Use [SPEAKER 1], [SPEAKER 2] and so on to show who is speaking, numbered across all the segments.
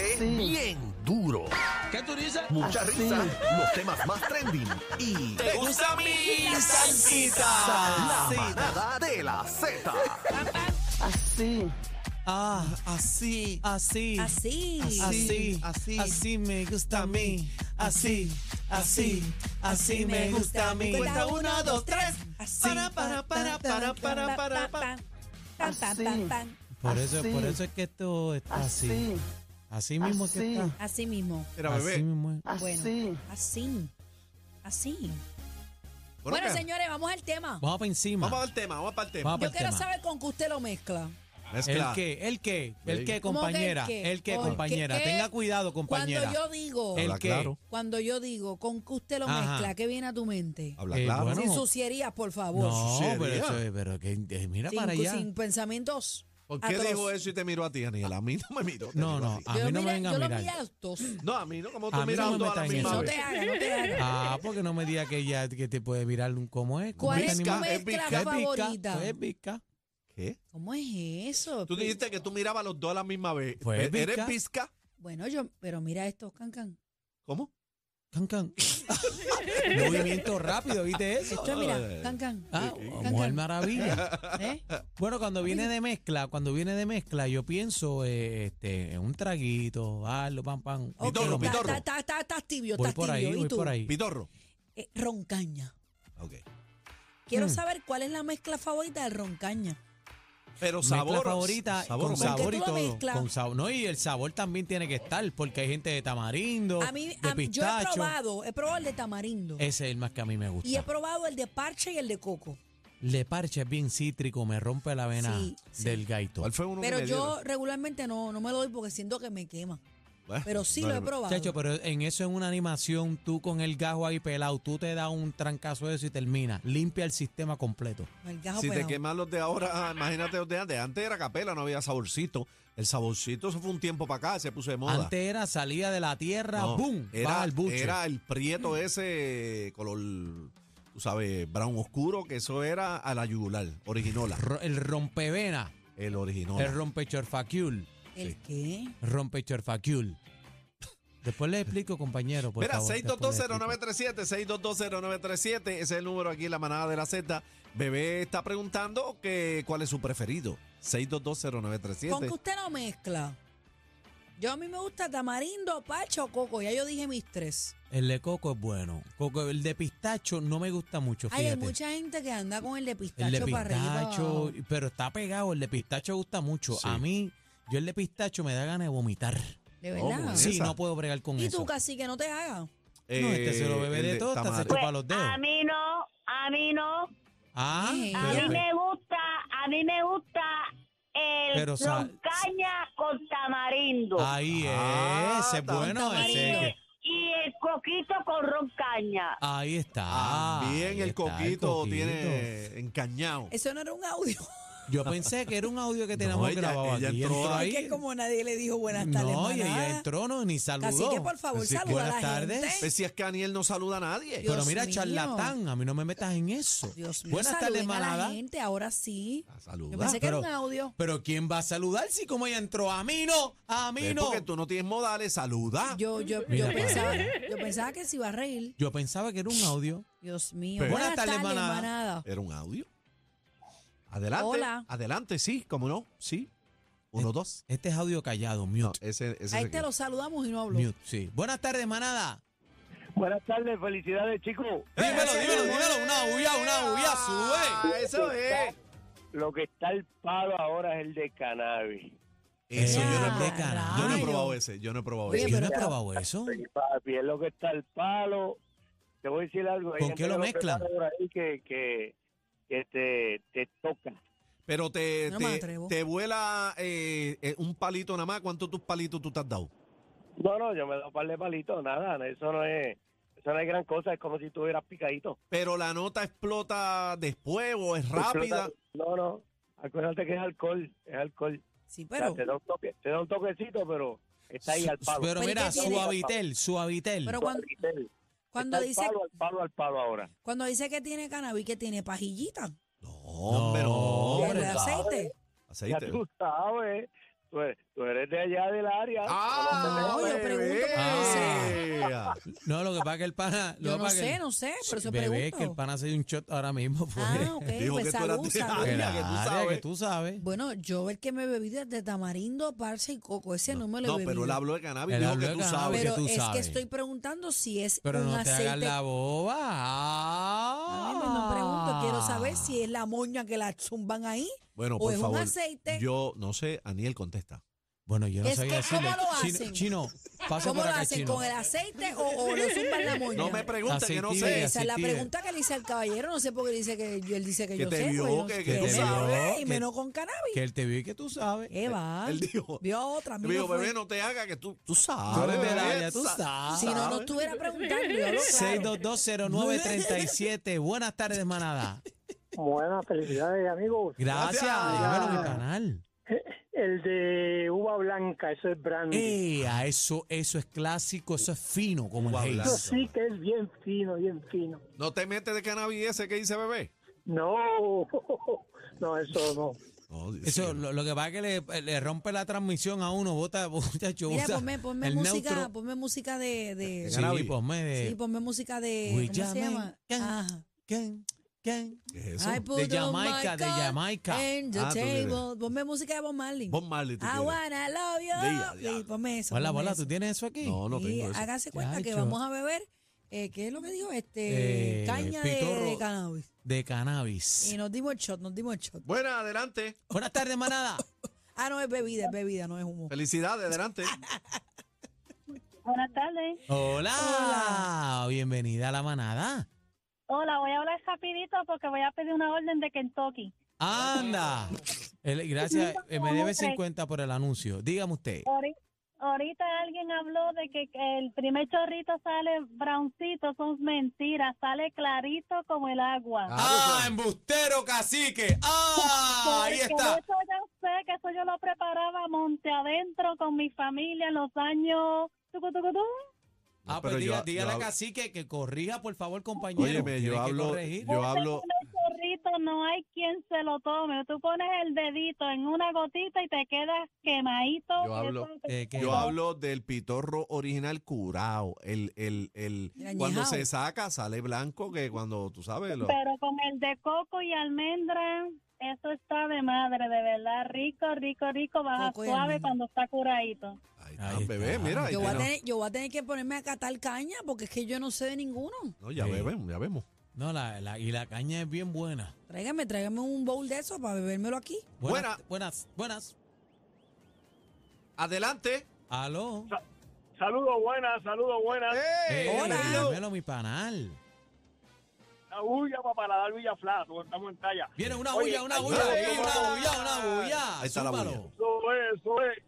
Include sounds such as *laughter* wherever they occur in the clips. [SPEAKER 1] Así.
[SPEAKER 2] bien duro.
[SPEAKER 3] ¿Qué tú dices?
[SPEAKER 2] Mucha
[SPEAKER 1] Así.
[SPEAKER 2] risa, los temas más trending y
[SPEAKER 3] ¿Te gusta mi
[SPEAKER 2] la
[SPEAKER 3] salsita?
[SPEAKER 2] manada de la Z.
[SPEAKER 1] Así.
[SPEAKER 4] Ah, así, así,
[SPEAKER 5] Así.
[SPEAKER 4] así, así, así me gusta a mí. Así, así, así me gusta a mí.
[SPEAKER 5] Cuenta uno, dos, tres.
[SPEAKER 4] Así. Para, para, para, para, para, para, para.
[SPEAKER 5] Pam, pam, pam, pam.
[SPEAKER 4] Por eso,
[SPEAKER 1] Así.
[SPEAKER 4] por eso es que esto está así.
[SPEAKER 1] Así.
[SPEAKER 4] Así mismo
[SPEAKER 1] Así.
[SPEAKER 4] que está.
[SPEAKER 5] Así mismo.
[SPEAKER 3] Era
[SPEAKER 4] Así
[SPEAKER 3] bebé.
[SPEAKER 4] mismo es.
[SPEAKER 1] Así.
[SPEAKER 5] Bueno, así. Así. Bueno,
[SPEAKER 3] acá.
[SPEAKER 5] señores, vamos al tema.
[SPEAKER 4] Vamos para encima.
[SPEAKER 3] Vamos al tema, vamos para el tema.
[SPEAKER 4] Vamos
[SPEAKER 5] Yo
[SPEAKER 4] pa'l
[SPEAKER 5] quiero
[SPEAKER 4] tema.
[SPEAKER 5] saber con qué usted lo mezcla.
[SPEAKER 4] ¿El
[SPEAKER 3] Mezcla.
[SPEAKER 4] qué? ¿El qué? ¿El qué,
[SPEAKER 5] ¿Cómo que el
[SPEAKER 4] compañera?
[SPEAKER 5] qué?
[SPEAKER 4] ¿El qué,
[SPEAKER 5] Porque
[SPEAKER 4] compañera?
[SPEAKER 5] es-
[SPEAKER 4] Tenga cuidado, compañera.
[SPEAKER 5] Cuando yo digo,
[SPEAKER 4] ¿El
[SPEAKER 3] Habla
[SPEAKER 4] qué?
[SPEAKER 3] claro.
[SPEAKER 5] cuando yo digo, ¿con qué usted lo
[SPEAKER 4] Ajá.
[SPEAKER 5] mezcla? ¿Qué viene a tu mente?
[SPEAKER 3] Habla
[SPEAKER 4] Eh,
[SPEAKER 3] claro.
[SPEAKER 4] bueno.
[SPEAKER 5] Sin sucierías, por
[SPEAKER 3] Pues,
[SPEAKER 5] favor.
[SPEAKER 4] No,
[SPEAKER 3] Sucedería.
[SPEAKER 4] pero, eso es- pero que, eh, mira
[SPEAKER 5] sin,
[SPEAKER 4] para allá.
[SPEAKER 5] sin pensamientos.
[SPEAKER 3] ¿Por qué
[SPEAKER 5] atroz.
[SPEAKER 3] dijo eso y te miró a ti, Daniel? A mí no me miró. te
[SPEAKER 4] No,
[SPEAKER 3] miró
[SPEAKER 4] no,
[SPEAKER 3] ti.
[SPEAKER 4] a mí
[SPEAKER 5] yo
[SPEAKER 4] no
[SPEAKER 5] miré-
[SPEAKER 4] me vengan
[SPEAKER 5] yo
[SPEAKER 4] a
[SPEAKER 5] lo
[SPEAKER 4] mirar.
[SPEAKER 5] miré a los dos.
[SPEAKER 3] No, a mí no, como
[SPEAKER 4] A
[SPEAKER 3] tú
[SPEAKER 4] mí
[SPEAKER 3] miras
[SPEAKER 4] no
[SPEAKER 3] a
[SPEAKER 4] me
[SPEAKER 3] todas a la
[SPEAKER 4] metas en
[SPEAKER 3] misma
[SPEAKER 4] eso.
[SPEAKER 5] No
[SPEAKER 3] vez.
[SPEAKER 5] te hagas, no te hagas.
[SPEAKER 4] Ah, porque no me diga que ya que te puede virar un cómo es.
[SPEAKER 5] ¿Cuál
[SPEAKER 4] ¿Cómo
[SPEAKER 5] es tu
[SPEAKER 4] animal?
[SPEAKER 3] es
[SPEAKER 5] mezcla
[SPEAKER 4] ¿Qué es
[SPEAKER 5] favorita?
[SPEAKER 4] pica? ¿Qué es pica?
[SPEAKER 3] ¿Qué?
[SPEAKER 5] ¿Cómo es eso?
[SPEAKER 3] Tú dijiste que tú mirabas a los dos a la misma vez.
[SPEAKER 4] Pues,
[SPEAKER 3] ¿E- ¿Eres
[SPEAKER 4] Vizca.
[SPEAKER 3] pizca?
[SPEAKER 5] Bueno, yo, pero mira esto, Cancan.
[SPEAKER 3] ¿Cómo?
[SPEAKER 4] Can, can. *laughs* Movimiento rápido, ¿viste eso?
[SPEAKER 5] Esto es, mira, Cancan.
[SPEAKER 4] Ah,
[SPEAKER 5] Can,
[SPEAKER 4] mujer
[SPEAKER 5] can.
[SPEAKER 4] maravilla.
[SPEAKER 3] *laughs*
[SPEAKER 4] *laughs*
[SPEAKER 5] ¿Eh?
[SPEAKER 4] Bueno, cuando viene de mezcla, cuando viene de mezcla, yo pienso eh, este, en un traguito, algo, pam, pam.
[SPEAKER 5] Ok,
[SPEAKER 3] Pitorro,
[SPEAKER 5] está-
[SPEAKER 3] pitorro.
[SPEAKER 5] está- está- está- Estás tibio,
[SPEAKER 4] Voy
[SPEAKER 5] estás
[SPEAKER 4] por ahí,
[SPEAKER 5] tibio.
[SPEAKER 4] voy
[SPEAKER 5] ¿Y tú?
[SPEAKER 4] por ahí.
[SPEAKER 3] ¿Pitorro?
[SPEAKER 5] Eh, Roncaña.
[SPEAKER 3] Ok.
[SPEAKER 5] Quiero
[SPEAKER 4] Hmm.
[SPEAKER 5] saber cuál es la mezcla favorita del roncaña.
[SPEAKER 3] Pero
[SPEAKER 4] Mezcla
[SPEAKER 3] sabor.
[SPEAKER 4] favorita
[SPEAKER 3] sabor
[SPEAKER 4] con
[SPEAKER 3] o mezcla.
[SPEAKER 4] sabor y
[SPEAKER 5] Porque tú lo
[SPEAKER 4] todo.
[SPEAKER 5] mezclas.
[SPEAKER 4] Con sabor. No, y el sabor también tiene que estar, porque hay gente de tamarindo,
[SPEAKER 5] A mí,
[SPEAKER 4] de
[SPEAKER 5] a mí- yo he
[SPEAKER 4] pistacho. Eh,
[SPEAKER 5] probado, he probado el de tamarindo.
[SPEAKER 4] Ese es el más que a mí me gusta.
[SPEAKER 5] y he probado el de parche y el de coco.
[SPEAKER 4] Le parche es bien cítrico, me rompe la vena
[SPEAKER 5] Sí, sí.
[SPEAKER 4] del gaito.
[SPEAKER 3] ¿Cuál fue uno que
[SPEAKER 5] Pero
[SPEAKER 3] me
[SPEAKER 5] yo
[SPEAKER 3] dieron?
[SPEAKER 5] regularmente no, no me lo doy porque siento que me quema.
[SPEAKER 3] Bueno,
[SPEAKER 5] Pero sí
[SPEAKER 3] no
[SPEAKER 5] lo
[SPEAKER 3] le-
[SPEAKER 5] he probado.
[SPEAKER 4] Chacho, pero en eso en una animación, tú con el gajo ahí pelado, tú te das un trancazo de eso y termina. Limpia el sistema completo.
[SPEAKER 5] El gajo
[SPEAKER 3] Si te
[SPEAKER 5] pelado.
[SPEAKER 3] queman los de ahora, *laughs* ah, imagínate los de antes. Antes era capela, no había saborcito. El saborcito, eso fue un tiempo para acá, se puso de moda.
[SPEAKER 4] Antes era salida de la tierra,
[SPEAKER 3] No,
[SPEAKER 4] ¡boom! va
[SPEAKER 3] Era,
[SPEAKER 4] al buche.
[SPEAKER 3] era el prieto ese color, tú sabes, brown oscuro, que eso era a la yugular, originola.
[SPEAKER 4] Ro- el rompevena,
[SPEAKER 3] El
[SPEAKER 4] el
[SPEAKER 3] original.
[SPEAKER 4] rompechorfacul,
[SPEAKER 5] ¿El qué?
[SPEAKER 4] rompechorfacul. *laughs* Después le explico, compañero. Por
[SPEAKER 3] Mira,
[SPEAKER 4] favor, después le
[SPEAKER 3] 6220937, 6220937, ese es el número aquí en la manada de la Z. Bebé está preguntando que cuál es su preferido.
[SPEAKER 5] Con que
[SPEAKER 3] 6220937.
[SPEAKER 5] usted no mezcla. Yo a mí me gusta tamarindo, parche o coco. Ya yo dije mis tres.
[SPEAKER 4] explico. El de coco es bueno. Coco, el de pistacho no me gusta mucho,
[SPEAKER 5] Ay,
[SPEAKER 4] fíjate.
[SPEAKER 5] hay mucha gente que anda con el de pistacho
[SPEAKER 4] El de
[SPEAKER 5] para arriba. y para
[SPEAKER 4] pistacho,
[SPEAKER 5] abajo.
[SPEAKER 4] pero está pegado, el de pistacho gusta mucho.
[SPEAKER 3] Sí.
[SPEAKER 4] A mí, yo el de pistacho me da ganas de vomitar.
[SPEAKER 5] De
[SPEAKER 3] Oh,
[SPEAKER 5] verdad.
[SPEAKER 3] muy
[SPEAKER 4] Sí,
[SPEAKER 3] Esa.
[SPEAKER 4] no puedo bregar con
[SPEAKER 5] Ah. Y
[SPEAKER 4] eso.
[SPEAKER 5] tú casi que no te hagas.
[SPEAKER 4] No, este se lo bebe
[SPEAKER 3] eh, el
[SPEAKER 4] de todo, hasta se
[SPEAKER 3] Tamar.
[SPEAKER 4] chupa los dedos.
[SPEAKER 6] A mí no, a mí no.
[SPEAKER 4] Ah,
[SPEAKER 5] Pues, Sí.
[SPEAKER 6] A
[SPEAKER 4] pero,
[SPEAKER 6] mí me gusta, a mí me gusta el
[SPEAKER 4] Pero, o sea,
[SPEAKER 6] roncaña con tamarindo.
[SPEAKER 4] ahí
[SPEAKER 3] Ah,
[SPEAKER 4] es, ese es
[SPEAKER 3] tan-
[SPEAKER 4] bueno
[SPEAKER 6] y,
[SPEAKER 4] ese.
[SPEAKER 5] tamarindo.
[SPEAKER 6] el, y el coquito con roncaña.
[SPEAKER 4] Ahí está.
[SPEAKER 3] También
[SPEAKER 4] Ah, ahí
[SPEAKER 3] el,
[SPEAKER 4] está,
[SPEAKER 3] coquito tiene encañado.
[SPEAKER 5] Eso no era un audio. *laughs*
[SPEAKER 4] Yo pensé que era un audio que teníamos
[SPEAKER 3] No, ella-
[SPEAKER 4] grabado
[SPEAKER 3] ella
[SPEAKER 4] aquí.
[SPEAKER 3] entró
[SPEAKER 4] entró
[SPEAKER 3] ahí.
[SPEAKER 5] Es
[SPEAKER 4] ahí.
[SPEAKER 5] que como nadie le dijo buenas tardes.
[SPEAKER 4] no, y
[SPEAKER 5] manada.
[SPEAKER 4] ella entró, no, ni saludó.
[SPEAKER 5] Así que por favor,
[SPEAKER 4] Así que
[SPEAKER 5] saluda a la
[SPEAKER 4] buenas tardes.
[SPEAKER 5] gente.
[SPEAKER 3] Pues si es que Aniel no saluda a nadie.
[SPEAKER 5] Dios
[SPEAKER 4] Pero mira,
[SPEAKER 5] mío.
[SPEAKER 4] charlatán, a mí no me metas en eso.
[SPEAKER 5] Dios mío,
[SPEAKER 4] buenas tardes,
[SPEAKER 5] saluden a la
[SPEAKER 4] manada.
[SPEAKER 5] gente, ahora sí.
[SPEAKER 3] Ah,
[SPEAKER 5] Yo
[SPEAKER 3] Saluda.
[SPEAKER 5] pensé que era
[SPEAKER 4] pero-
[SPEAKER 5] un audio.
[SPEAKER 4] Pero ¿quién va a saludar si como ella entró? A mí no, a mí
[SPEAKER 3] Es
[SPEAKER 4] no.
[SPEAKER 3] Porque tú no tienes modales, saluda.
[SPEAKER 5] Yo, yo, yo
[SPEAKER 4] Mira,
[SPEAKER 5] pensaba, yo pensaba que se iba a reír.
[SPEAKER 4] Yo pensaba que era un audio.
[SPEAKER 5] Dios mío.
[SPEAKER 3] Pero-
[SPEAKER 4] Buenas tardes, manada.
[SPEAKER 3] Era un audio. Adelante.
[SPEAKER 5] Hola.
[SPEAKER 3] Adelante, sí, cómo no, sí. Uno, dos.
[SPEAKER 4] Este es audio callado,
[SPEAKER 3] No,
[SPEAKER 4] mute.
[SPEAKER 3] ese, ese
[SPEAKER 5] A
[SPEAKER 3] se
[SPEAKER 5] este
[SPEAKER 3] quedó.
[SPEAKER 5] lo saludamos y no habló.
[SPEAKER 4] mute, sí. Buenas tardes, manada.
[SPEAKER 7] Buenas tardes, felicidades chicos.
[SPEAKER 4] Dímelo, dímelo, dímelo. Una bulla, una bulla, sube.
[SPEAKER 3] Ah, eso es.
[SPEAKER 7] Lo que está al paro ahora es el de cannabis.
[SPEAKER 3] Eso yo no, he
[SPEAKER 5] Ya,
[SPEAKER 3] probado.
[SPEAKER 4] canal.
[SPEAKER 3] Yo no he
[SPEAKER 5] rayos.
[SPEAKER 3] probado ese. Yo no he probado
[SPEAKER 5] Ah. Oye,
[SPEAKER 3] ese.
[SPEAKER 4] Yo no he
[SPEAKER 5] pero-
[SPEAKER 4] probado eso.
[SPEAKER 7] Sí, papi, es lo que está al palo. Te voy a decir algo. hay
[SPEAKER 4] ¿Con
[SPEAKER 7] gente
[SPEAKER 4] qué lo
[SPEAKER 7] que
[SPEAKER 4] mezclan?
[SPEAKER 7] prepara por ahí que, que, que te, te toca.
[SPEAKER 3] Pero te,
[SPEAKER 5] No me
[SPEAKER 3] te,
[SPEAKER 5] atrevo.
[SPEAKER 3] te vuela eh, eh, un palito nada más. ¿Cuántos tus palitos tú te has dado?
[SPEAKER 7] No, no, yo me doy un par de palitos, nada, eso no es... Eso no es gran cosa, es como si tuvieras picadito.
[SPEAKER 3] Pero la nota explota después o es rápida.
[SPEAKER 7] No, no, acuérdate que es alcohol, es alcohol.
[SPEAKER 5] Sí,
[SPEAKER 7] O sea,
[SPEAKER 5] pero,
[SPEAKER 7] te, da un toque- te da un toquecito, pero está ahí al palo.
[SPEAKER 4] Pero
[SPEAKER 5] ¿y
[SPEAKER 4] mira,
[SPEAKER 5] qué tiene?
[SPEAKER 4] suavitel, suavitel.
[SPEAKER 5] pero cuando, cuando
[SPEAKER 7] Está
[SPEAKER 5] dice,
[SPEAKER 7] al palo, al palo, al palo ahora.
[SPEAKER 5] cuando dice que tiene cannabis, que tiene pajillita.
[SPEAKER 3] No, hombre, no.
[SPEAKER 4] Hombre,
[SPEAKER 5] de aceite.
[SPEAKER 3] Aceite.
[SPEAKER 7] Ya tú sabes, tú eres, tú eres de allá del área.
[SPEAKER 4] Ah,
[SPEAKER 5] no, yo
[SPEAKER 3] Ah, bebé.
[SPEAKER 5] pregunto porque
[SPEAKER 4] *laughs* No, lo que pasa es que el pana. Lo
[SPEAKER 5] Yo
[SPEAKER 4] que
[SPEAKER 5] no
[SPEAKER 4] pasa es que
[SPEAKER 5] sé,
[SPEAKER 4] el-
[SPEAKER 5] no sé, por eso
[SPEAKER 4] Bebé,
[SPEAKER 5] pregunto.
[SPEAKER 4] que el pana se dio un shot ahora mismo. Pues. *laughs*
[SPEAKER 5] Ah, ok,
[SPEAKER 3] Dijo
[SPEAKER 5] pues
[SPEAKER 3] que tú eras
[SPEAKER 5] salud,
[SPEAKER 3] de
[SPEAKER 5] salud.
[SPEAKER 3] área.
[SPEAKER 4] Del
[SPEAKER 3] ya que tú
[SPEAKER 4] área
[SPEAKER 3] sabes.
[SPEAKER 4] que tú sabes.
[SPEAKER 5] Bueno, yo el que me bebí desde tamarindo, parche y coco, ese no, me lo
[SPEAKER 3] No,
[SPEAKER 5] he
[SPEAKER 3] pero
[SPEAKER 5] bebido.
[SPEAKER 3] él habló de cannabis.
[SPEAKER 4] Él
[SPEAKER 3] Dijo
[SPEAKER 4] habló
[SPEAKER 3] que
[SPEAKER 4] de
[SPEAKER 3] tú
[SPEAKER 4] cannabis. que
[SPEAKER 3] sabes.
[SPEAKER 5] pero eh,
[SPEAKER 4] tú
[SPEAKER 5] es que
[SPEAKER 4] sabes.
[SPEAKER 5] estoy preguntando si es
[SPEAKER 4] Pero
[SPEAKER 5] un
[SPEAKER 4] no te hagas
[SPEAKER 5] aceite.
[SPEAKER 4] la boba.
[SPEAKER 5] A
[SPEAKER 4] Ah.
[SPEAKER 5] mí me no pregunto, quiero saber si es la moña que la zumban ahí.
[SPEAKER 3] Bueno,
[SPEAKER 5] o
[SPEAKER 3] por
[SPEAKER 5] es un
[SPEAKER 3] favor.
[SPEAKER 5] aceite.
[SPEAKER 3] Yo no sé, Aniel contesta.
[SPEAKER 4] Bueno, yo no
[SPEAKER 5] Es
[SPEAKER 4] sabía
[SPEAKER 5] que, ¿cómo
[SPEAKER 4] decirle.
[SPEAKER 5] lo
[SPEAKER 4] Chino-
[SPEAKER 5] hacen?
[SPEAKER 4] Chino, pasa
[SPEAKER 5] ¿Cómo
[SPEAKER 4] por
[SPEAKER 5] lo
[SPEAKER 4] acá,
[SPEAKER 5] hacen?
[SPEAKER 4] Chino.
[SPEAKER 5] ¿Con el aceite o,
[SPEAKER 3] *laughs*
[SPEAKER 5] o le zumban la moña?
[SPEAKER 3] No me preguntes, que no
[SPEAKER 4] Así,
[SPEAKER 3] sé.
[SPEAKER 4] tibia.
[SPEAKER 5] Esa es la
[SPEAKER 4] Así, tibia.
[SPEAKER 5] pregunta que le hice al caballero, no sé por qué dice que yo- él dice que,
[SPEAKER 3] Que
[SPEAKER 5] yo
[SPEAKER 3] te
[SPEAKER 5] sé.
[SPEAKER 3] vio,
[SPEAKER 5] pues, yo no
[SPEAKER 3] que-
[SPEAKER 5] sé.
[SPEAKER 3] que
[SPEAKER 4] tú
[SPEAKER 5] me
[SPEAKER 4] sabes.
[SPEAKER 5] vio,
[SPEAKER 4] Que-
[SPEAKER 5] Y menos con cannabis.
[SPEAKER 4] Que él te vio y que tú sabes.
[SPEAKER 5] ¿Qué va?
[SPEAKER 3] *laughs* Él dijo.
[SPEAKER 5] Vio a otra, a mí no
[SPEAKER 3] Me dijo,
[SPEAKER 5] fue.
[SPEAKER 3] bebé, no te hagas, que tú, tú
[SPEAKER 4] Tú
[SPEAKER 3] sabes.
[SPEAKER 4] eres del
[SPEAKER 3] bebé,
[SPEAKER 4] área, tú
[SPEAKER 3] sa-
[SPEAKER 4] sabes.
[SPEAKER 5] Si no, no estuviera preguntando. yo hablo claro.
[SPEAKER 3] *laughs*
[SPEAKER 4] 6220937. Buenas tardes, manada.
[SPEAKER 8] Buenas felicidades, amigos.
[SPEAKER 4] Gracias.
[SPEAKER 3] Gracias.
[SPEAKER 4] Bueno, mi canal.
[SPEAKER 8] El de uva blanca, eso es brandy.
[SPEAKER 4] Ea, Eh, eso, eso es clásico, eso es fino como
[SPEAKER 3] Uva
[SPEAKER 4] el
[SPEAKER 3] blanca.
[SPEAKER 8] eso
[SPEAKER 4] Haze.
[SPEAKER 8] sí que es bien fino, bien fino.
[SPEAKER 3] No te metes de cannabis ese que dice bebé.
[SPEAKER 8] No, *laughs* no, eso no.
[SPEAKER 3] No, Dios
[SPEAKER 4] Eso,
[SPEAKER 3] mío.
[SPEAKER 4] lo, lo que pasa es que le, le rompe la transmisión a uno, bota, *laughs* bota, yo,
[SPEAKER 5] Mira,
[SPEAKER 4] bota
[SPEAKER 5] ponme, ponme
[SPEAKER 4] el
[SPEAKER 5] música,
[SPEAKER 4] neutro.
[SPEAKER 5] ponme música de, de-
[SPEAKER 3] Sí.
[SPEAKER 4] Sí, ponme de...
[SPEAKER 5] sí, ponme música de
[SPEAKER 4] We
[SPEAKER 5] ¿cómo se
[SPEAKER 4] jamming,
[SPEAKER 5] llama?
[SPEAKER 4] can-
[SPEAKER 5] Ajá.
[SPEAKER 4] ¿Quién? ¿Quién?
[SPEAKER 3] ¿Qué es eso?
[SPEAKER 5] I put on
[SPEAKER 4] Jamaica,
[SPEAKER 5] my
[SPEAKER 4] de
[SPEAKER 5] God
[SPEAKER 4] Jamaica.
[SPEAKER 5] and the
[SPEAKER 3] Ah, tú quieres.
[SPEAKER 5] table. Ponme música de Bob Marley.
[SPEAKER 3] Bob Marley, tú
[SPEAKER 5] I
[SPEAKER 3] quieres.
[SPEAKER 5] wanna love
[SPEAKER 3] Diga,
[SPEAKER 5] you.
[SPEAKER 3] diablo.
[SPEAKER 5] Sí, ponme eso.
[SPEAKER 4] Hola,
[SPEAKER 5] ponme
[SPEAKER 4] hola,
[SPEAKER 5] eso.
[SPEAKER 4] ¿tú tienes eso aquí?
[SPEAKER 3] No, no
[SPEAKER 5] Sí,
[SPEAKER 3] tengo eso.
[SPEAKER 5] hágase cuenta que
[SPEAKER 4] Chacho.
[SPEAKER 5] vamos a beber, eh, ¿qué es lo que dijo? Este,
[SPEAKER 4] Eh,
[SPEAKER 5] caña de,
[SPEAKER 4] pitorro.
[SPEAKER 5] de cannabis.
[SPEAKER 4] De cannabis.
[SPEAKER 5] Y nos dimos el shot, nos dimos el shot.
[SPEAKER 3] Buena, adelante.
[SPEAKER 4] Buenas tardes,
[SPEAKER 5] *laughs*
[SPEAKER 4] manada.
[SPEAKER 5] Ah, no, es bebida, es bebida, no es humo.
[SPEAKER 3] Felicidades,
[SPEAKER 5] *laughs*
[SPEAKER 3] adelante.
[SPEAKER 6] Buenas tardes.
[SPEAKER 4] Hola. Bienvenida a la manada.
[SPEAKER 6] Hola, voy a hablar rapidito porque voy a pedir una orden de Kentucky.
[SPEAKER 4] Anda. El- gracias. eh, me debe
[SPEAKER 6] Vamos, tres.
[SPEAKER 4] 50 por el anuncio. Dígame usted.
[SPEAKER 6] Ahori- Ahorita alguien habló de que el primer chorrito sale browncito, son mentiras, sale clarito como el agua.
[SPEAKER 4] ¡Ah, embustero *laughs* cacique! ¡Ah! Ahí
[SPEAKER 6] Porque
[SPEAKER 4] está.
[SPEAKER 6] Eso ya sé que eso yo lo preparaba monte adentro con mi familia en los años. tucu, tucu, tucu.
[SPEAKER 4] Ah,
[SPEAKER 3] No,
[SPEAKER 4] pues
[SPEAKER 3] pero
[SPEAKER 4] diga,
[SPEAKER 3] yo-
[SPEAKER 4] dígale
[SPEAKER 3] yo
[SPEAKER 4] a
[SPEAKER 3] hablo-
[SPEAKER 4] cacique que corrija, por favor, compañero.
[SPEAKER 3] Óyeme,
[SPEAKER 4] Tiene que
[SPEAKER 3] yo hablo,
[SPEAKER 4] corregir.
[SPEAKER 3] yo hablo,
[SPEAKER 6] Ese chorrito no hay quien se lo tome. Tú pones el dedito en una gotita y te quedas quemadito.
[SPEAKER 3] Yo hablo-
[SPEAKER 6] Eso-
[SPEAKER 4] Eh, que-
[SPEAKER 3] yo hablo del pitorro original curado. El, el, el,
[SPEAKER 5] El
[SPEAKER 3] cuando
[SPEAKER 5] añejao.
[SPEAKER 3] se saca, sale blanco, que cuando tú sabes, lo-
[SPEAKER 6] Pero con el de coco y almendra, eso está de madre, de verdad. Rico, rico, rico. Baja
[SPEAKER 5] Coco y
[SPEAKER 6] suave
[SPEAKER 5] almendra.
[SPEAKER 6] cuando está curadito.
[SPEAKER 3] Ahí está,
[SPEAKER 4] Ahí
[SPEAKER 3] bebé,
[SPEAKER 4] está.
[SPEAKER 3] mira. ahí
[SPEAKER 5] Yo voy, a
[SPEAKER 3] tiene-
[SPEAKER 5] tener, yo voy a tener que ponerme a catar caña porque es que yo no sé de ninguno.
[SPEAKER 3] No, ya
[SPEAKER 4] Sí.
[SPEAKER 3] vemos, ya vemos.
[SPEAKER 4] No, la, la- y la caña es bien buena.
[SPEAKER 5] Tráigame, tráigame un bowl de eso para bebérmelo aquí.
[SPEAKER 4] Buenas, buenas, buenas.
[SPEAKER 3] Adelante.
[SPEAKER 4] Aló.
[SPEAKER 7] Saludos buenas, saludos buenas.
[SPEAKER 3] ¡Ey!
[SPEAKER 4] Eh,
[SPEAKER 5] hola.
[SPEAKER 4] Dímelo, mi panal.
[SPEAKER 7] La bulla para paladar Villa Flato, estamos en talla.
[SPEAKER 4] Viene una
[SPEAKER 7] Oye,
[SPEAKER 4] bulla, una
[SPEAKER 7] ahí
[SPEAKER 4] bulla,
[SPEAKER 7] está,
[SPEAKER 4] una
[SPEAKER 7] ahí
[SPEAKER 4] bulla,
[SPEAKER 7] está.
[SPEAKER 4] una bulla.
[SPEAKER 3] Ahí está la
[SPEAKER 4] Zúmbalo.
[SPEAKER 3] bulla.
[SPEAKER 7] Eso es, eso es.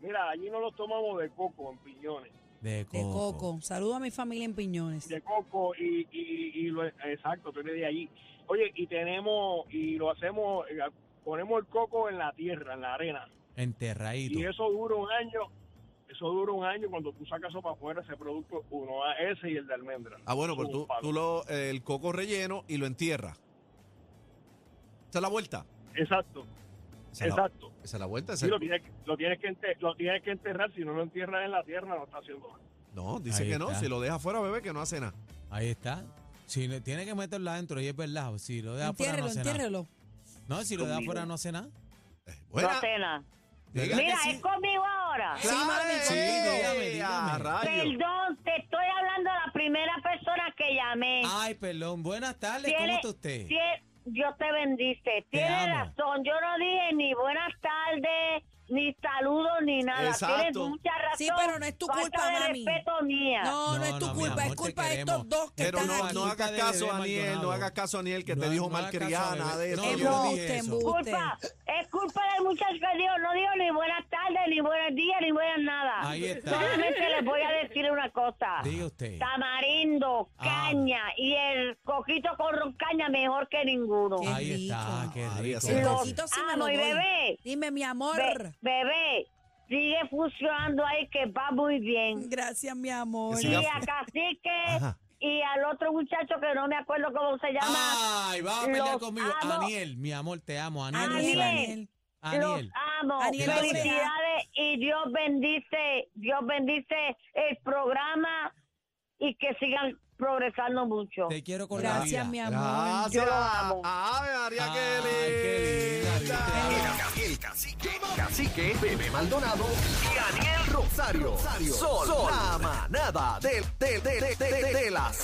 [SPEAKER 7] Mira, allí no los tomamos de coco en piñones,
[SPEAKER 4] De coco.
[SPEAKER 5] De coco. Saludo a mi familia en Piñones.
[SPEAKER 7] de coco y, y, y lo exacto, tú eres de allí. Oye, y tenemos y lo hacemos, eh, ponemos el coco en la tierra, en la arena,
[SPEAKER 4] Enterradito.
[SPEAKER 7] y eso dura un año. Eso dura un año cuando tú sacas eso para afuera, ese producto, uno a ese y el de almendra.
[SPEAKER 3] Ah, bueno, pues tú,
[SPEAKER 7] Eso es un palo.
[SPEAKER 3] tú lo, el coco relleno y lo entierras. Esa es la vuelta.
[SPEAKER 7] Exacto,
[SPEAKER 3] Esa es la-
[SPEAKER 7] exacto.
[SPEAKER 3] esa es la vuelta. esa
[SPEAKER 7] Sí,
[SPEAKER 3] es-
[SPEAKER 7] lo tienes, que- lo, tienes que enter- lo tienes que enterrar, si no lo entierras en la tierra, no está haciendo nada.
[SPEAKER 3] No, dice
[SPEAKER 4] Ahí
[SPEAKER 3] que no.
[SPEAKER 4] está.
[SPEAKER 3] Si lo deja fuera, bebé, que no hace nada.
[SPEAKER 4] Ahí está. Si le- tiene que meterlo adentro, y es verdad. Si lo deja fuera no
[SPEAKER 5] Entiérrelo,
[SPEAKER 4] hace nada.
[SPEAKER 5] entiérrelo.
[SPEAKER 4] No, si lo deja fuera no hace nada.
[SPEAKER 3] Eh, Buena.
[SPEAKER 6] cena.
[SPEAKER 3] Diga
[SPEAKER 6] Mira,
[SPEAKER 3] que sí.
[SPEAKER 6] es conmigo ahora.
[SPEAKER 5] Sí, mami,
[SPEAKER 3] ¡Eh!
[SPEAKER 5] sí,
[SPEAKER 4] dígame, dígame.
[SPEAKER 3] ¡Ah, rayos!
[SPEAKER 6] Perdón, te estoy hablando a la primera persona que llamé.
[SPEAKER 4] Ay, perdón. Buenas tardes. Ah, ¿Cómo
[SPEAKER 6] Tiene-
[SPEAKER 4] está usted?
[SPEAKER 6] tie- Dios te bendice. Tienes
[SPEAKER 4] amo.
[SPEAKER 6] razón. Yo no dije ni buenas tardes, ni saludos, ni nada.
[SPEAKER 3] Exacto.
[SPEAKER 6] Tienes mucha razón.
[SPEAKER 5] Sí, pero no es tu
[SPEAKER 6] Falta
[SPEAKER 5] culpa,
[SPEAKER 6] de
[SPEAKER 5] mami.
[SPEAKER 6] respeto mía.
[SPEAKER 5] No, no, es tu
[SPEAKER 4] mi
[SPEAKER 5] culpa,
[SPEAKER 4] amor,
[SPEAKER 5] es
[SPEAKER 4] te
[SPEAKER 5] culpa de
[SPEAKER 4] queremos.
[SPEAKER 5] estos dos que
[SPEAKER 3] Pero
[SPEAKER 5] están
[SPEAKER 3] no,
[SPEAKER 5] aquí.
[SPEAKER 3] no hagas
[SPEAKER 4] Culpa de
[SPEAKER 3] caso
[SPEAKER 4] Bebé
[SPEAKER 3] a Aniel,
[SPEAKER 4] Maldonado.
[SPEAKER 3] no hagas caso a Aniel que
[SPEAKER 4] No,
[SPEAKER 3] te dijo
[SPEAKER 4] no hagas
[SPEAKER 3] malcriada,
[SPEAKER 4] caso a
[SPEAKER 3] nada de
[SPEAKER 4] Bebé.
[SPEAKER 3] eso.
[SPEAKER 4] No,
[SPEAKER 3] Yo no
[SPEAKER 5] no,
[SPEAKER 3] dije
[SPEAKER 5] te
[SPEAKER 3] eso.
[SPEAKER 5] embu-
[SPEAKER 6] culpa. Es culpa de muchas que Dios no dio ni buenas tardes, ni buenos días, ni buenas nada.
[SPEAKER 4] Ahí está.
[SPEAKER 6] Solamente les voy a decir una cosa.
[SPEAKER 4] Diga usted.
[SPEAKER 6] Tamarindo,
[SPEAKER 4] Ah.
[SPEAKER 6] caña y el coquito con caña mejor que ninguno.
[SPEAKER 5] Qué
[SPEAKER 4] Ahí está.
[SPEAKER 5] rico.
[SPEAKER 4] Qué
[SPEAKER 3] María,
[SPEAKER 4] rico.
[SPEAKER 3] se
[SPEAKER 5] El
[SPEAKER 3] Los
[SPEAKER 5] coquito sí me lo
[SPEAKER 6] amo y
[SPEAKER 5] doy.
[SPEAKER 6] bebé.
[SPEAKER 5] Dime, mi amor.
[SPEAKER 6] Be- bebé, sigue funcionando ahí que va muy bien.
[SPEAKER 5] Gracias, mi amor.
[SPEAKER 3] Que
[SPEAKER 6] Y
[SPEAKER 3] siga-
[SPEAKER 6] a Cacique
[SPEAKER 3] Ajá.
[SPEAKER 6] y al otro muchacho que no me acuerdo cómo se llama.
[SPEAKER 4] Ah, Ay, va a pelear
[SPEAKER 6] Los
[SPEAKER 4] conmigo.
[SPEAKER 6] amo.
[SPEAKER 4] Aniel, mi amor, te amo. Aniel.
[SPEAKER 6] Aniel.
[SPEAKER 4] Rosario.
[SPEAKER 5] Daniel.
[SPEAKER 4] Aniel.
[SPEAKER 6] Los amo.
[SPEAKER 5] Aniel,
[SPEAKER 6] Felicidades y Dios bendice, Dios bendice el programa y que sigan progresando mucho.
[SPEAKER 4] Te quiero con la
[SPEAKER 5] Gracias,
[SPEAKER 4] vida.
[SPEAKER 5] mi amor.
[SPEAKER 3] Gracias.
[SPEAKER 6] Yo lo amo.
[SPEAKER 3] Ave María, qué
[SPEAKER 4] Ay, qué linda,
[SPEAKER 3] linda.
[SPEAKER 2] El, ca- el cacique, cacique, bebé Maldonado y Daniel Rosario. Sol, Sol, la manada de, de, de, de, de, de la Z.